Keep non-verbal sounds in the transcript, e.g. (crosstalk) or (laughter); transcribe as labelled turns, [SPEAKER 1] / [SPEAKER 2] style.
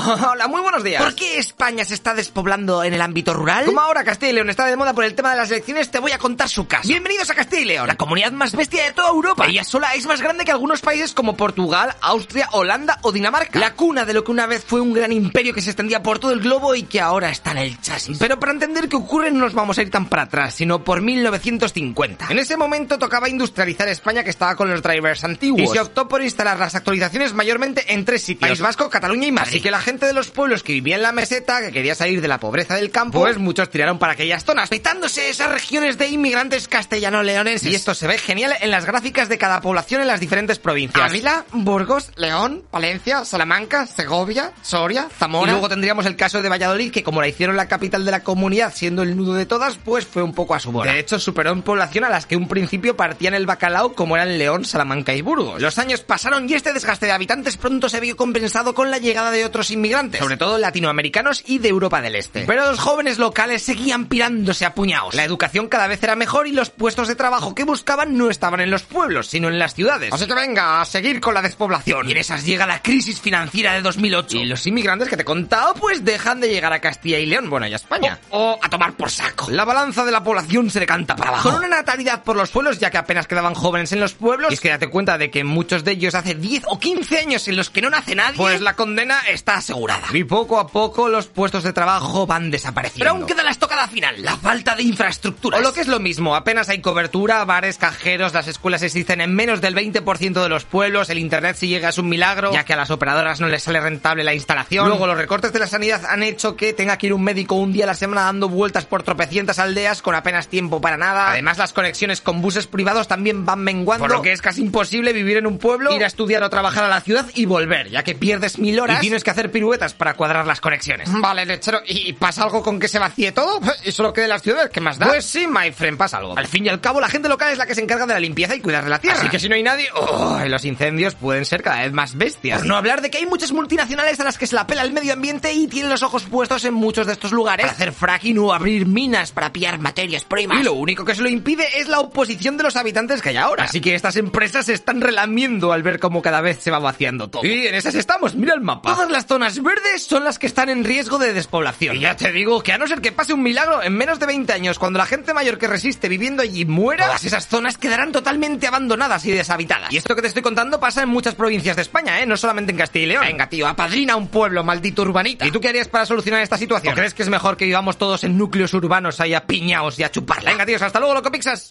[SPEAKER 1] Hola, muy buenos días.
[SPEAKER 2] ¿Por qué España se está despoblando en el ámbito rural?
[SPEAKER 1] Como ahora Castilla y León está de moda por el tema de las elecciones, te voy a contar su caso. Bienvenidos a Castilla y León,
[SPEAKER 2] La comunidad más bestia de toda Europa.
[SPEAKER 1] Ella sola es más grande que algunos países como Portugal, Austria, Holanda o Dinamarca. La cuna de lo que una vez fue un gran imperio que se extendía por todo el globo y que ahora está en el chasis. Pero para entender qué ocurre no nos vamos a ir tan para atrás, sino por 1950. En ese momento tocaba industrializar España que estaba con los drivers antiguos. Y se optó por instalar las actualizaciones mayormente en tres sitios. País Vasco, Cataluña y Madrid. Así que la gente de los pueblos que vivía en la meseta, que quería salir de la pobreza del campo, pues muchos tiraron para aquellas zonas, petándose esas regiones de inmigrantes castellano-leoneses. Y esto se ve genial en las gráficas de cada población en las diferentes provincias.
[SPEAKER 2] Ávila, Burgos, León, Palencia, Salamanca, Segovia, Soria,
[SPEAKER 1] Y
[SPEAKER 2] Zamora.
[SPEAKER 1] luego tendríamos el caso de Valladolid, que como la hicieron la capital de la comunidad, siendo el nudo de todas, pues fue un poco a su bola. De hecho, superó en población a las que un principio partían el bacalao, como eran León, Salamanca y Burgos. Los años pasaron y este desgaste de habitantes pronto se vio compensado con la llegada de otros inmigrantes, sobre todo latinoamericanos y de Europa del Este. Pero los jóvenes locales seguían pirándose a puñados. La educación cada vez era mejor y los puestos de trabajo que buscaban no estaban en los pueblos, sino en las ciudades.
[SPEAKER 2] Así que venga, a seguir con la despoblación.
[SPEAKER 1] Y en esas llega la crisis financiera de 2008. Y los inmigrantes que te he contado, pues dejan de llegar a Castilla y León, bueno, y a España.
[SPEAKER 2] O a tomar por saco.
[SPEAKER 1] La balanza de la población se decanta para abajo. Con una natalidad por los pueblos, ya que apenas quedaban jóvenes en los pueblos, y es que date cuenta de que muchos de ellos hace 10 o 15 años en los que no nace nadie,
[SPEAKER 2] Pues
[SPEAKER 1] la condena está asegurada. Y poco a poco los puestos de trabajo van desapareciendo.
[SPEAKER 2] Pero aún queda la estocada final, la falta de infraestructuras.
[SPEAKER 1] O lo que es lo mismo, apenas hay cobertura, bares, cajeros, las escuelas existen en menos del 20% de los pueblos, el internet si llega es un milagro, ya que a las operadoras no les sale rentable la instalación. Luego, los recortes de la sanidad han hecho que tenga que ir un médico un día a la semana dando vueltas por tropecientas aldeas con apenas tiempo para nada. Además, las conexiones con buses privados también van menguando,
[SPEAKER 2] Por lo que
[SPEAKER 1] es casi imposible vivir en un pueblo, ir a estudiar o trabajar a la ciudad y volver, ya que pierdes mil horas y tienes que hacer piruetas para cuadrar las conexiones.
[SPEAKER 2] Vale, lechero, ¿y pasa algo con que se
[SPEAKER 1] (laughs)
[SPEAKER 2] vacíe todo? Y solo quede las ciudades, ¿qué más da?
[SPEAKER 1] Pues sí, my friend, pasa algo. Al fin y al cabo, la gente local es la que se encarga de la limpieza y cuidar de la tierra.
[SPEAKER 2] Así que si no hay nadie,
[SPEAKER 1] Oh, y los incendios pueden ser cada vez más bestias. Por no hablar de que hay muchas multinacionales a las que se la pela el medio ambiente y tienen los ojos puestos en muchos de estos lugares para hacer fracking o abrir minas para pillar materias primas. Y lo único que se lo impide es la oposición de los habitantes que hay ahora. Así que estas empresas se están relamiendo al ver cómo cada vez se va vaciando todo. Y en esas estamos, mira el mapa. Todas las zonas verdes son las que están en riesgo de despoblación. Y ya te digo que a no ser que pase un milagro, en menos de 20 años, cuando la gente mayor que resiste viviendo allí muera, todas esas zonas quedarán totalmente abandonadas y deshabitadas. Y esto que te estoy contando pasa en muchas provincias de España, ¿eh? No solamente en Castilla y León.
[SPEAKER 2] venga, tío, apadrina un pueblo, maldito urbanita.
[SPEAKER 1] ¿Y tú qué harías para solucionar esta situación? ¿O crees que es mejor que vivamos todos en núcleos urbanos ahí apiñaos y a chuparla? Venga, tíos, hasta luego, loco pixas.